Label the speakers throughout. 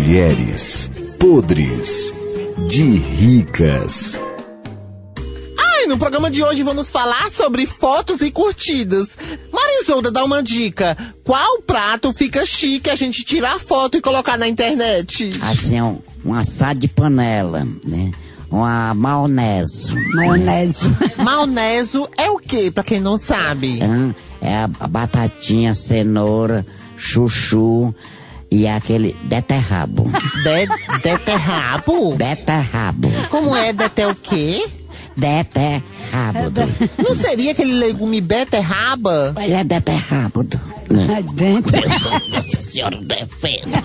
Speaker 1: mulheres podres de ricas.
Speaker 2: Ai, no programa de hoje vamos falar sobre fotos e curtidas. Marisolda dá uma dica. Qual prato fica chique a gente tirar foto e colocar na internet?
Speaker 3: Assim, um, um assado de panela, né? Uma maionese. Né?
Speaker 4: Maionese.
Speaker 2: Maoneso é o quê, pra quem não sabe?
Speaker 3: Hã? É a, a batatinha, cenoura, chuchu e aquele beterrabo.
Speaker 2: De, deterrabo?
Speaker 3: Beterrabo.
Speaker 2: Como é deter o quê?
Speaker 3: Beterrabo.
Speaker 2: Não seria aquele legume beterraba?
Speaker 3: Mas é beterrabo. Né?
Speaker 4: Ai, dentro.
Speaker 3: Nossa senhora, defenda.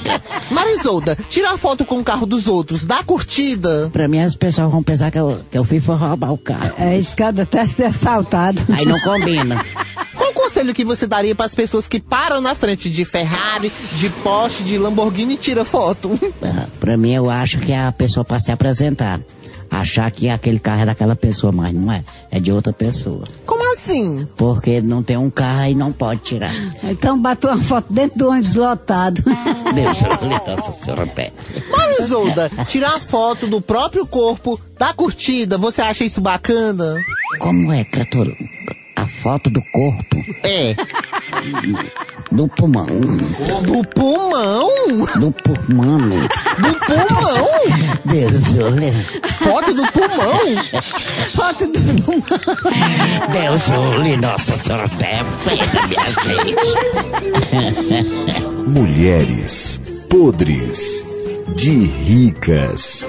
Speaker 2: Marisolda, tirar foto com o carro dos outros, dá curtida?
Speaker 3: Pra mim, as pessoas vão pensar que eu, que eu fui foi roubar o carro.
Speaker 4: É, a escada até ser assaltado.
Speaker 3: Aí não combina.
Speaker 2: Qual conselho que você daria para as pessoas que param na frente de Ferrari, de Porsche, de Lamborghini e tira foto?
Speaker 3: Ah, Pra mim, eu acho que é a pessoa pra se apresentar. Achar que aquele carro é daquela pessoa, mas não é. É de outra pessoa.
Speaker 2: Como assim?
Speaker 3: Porque não tem um carro e não pode tirar.
Speaker 4: Então bateu uma foto dentro do ônibus lotado.
Speaker 3: Deus, eu falei, nossa senhora, pé.
Speaker 2: Marisolda, tirar foto do próprio corpo, dar curtida, você acha isso bacana?
Speaker 3: Como é, Crator? A foto do corpo,
Speaker 2: É.
Speaker 3: do pulmão,
Speaker 2: Do pulmão?
Speaker 3: do pulmão.
Speaker 2: Do pulmão?
Speaker 3: Deus, eu falei,
Speaker 2: Foto do pulmão?
Speaker 4: Foto do
Speaker 3: Deus, eu falei, nossa senhora, pé, feia, minha gente.
Speaker 1: Mulheres podres de ricas.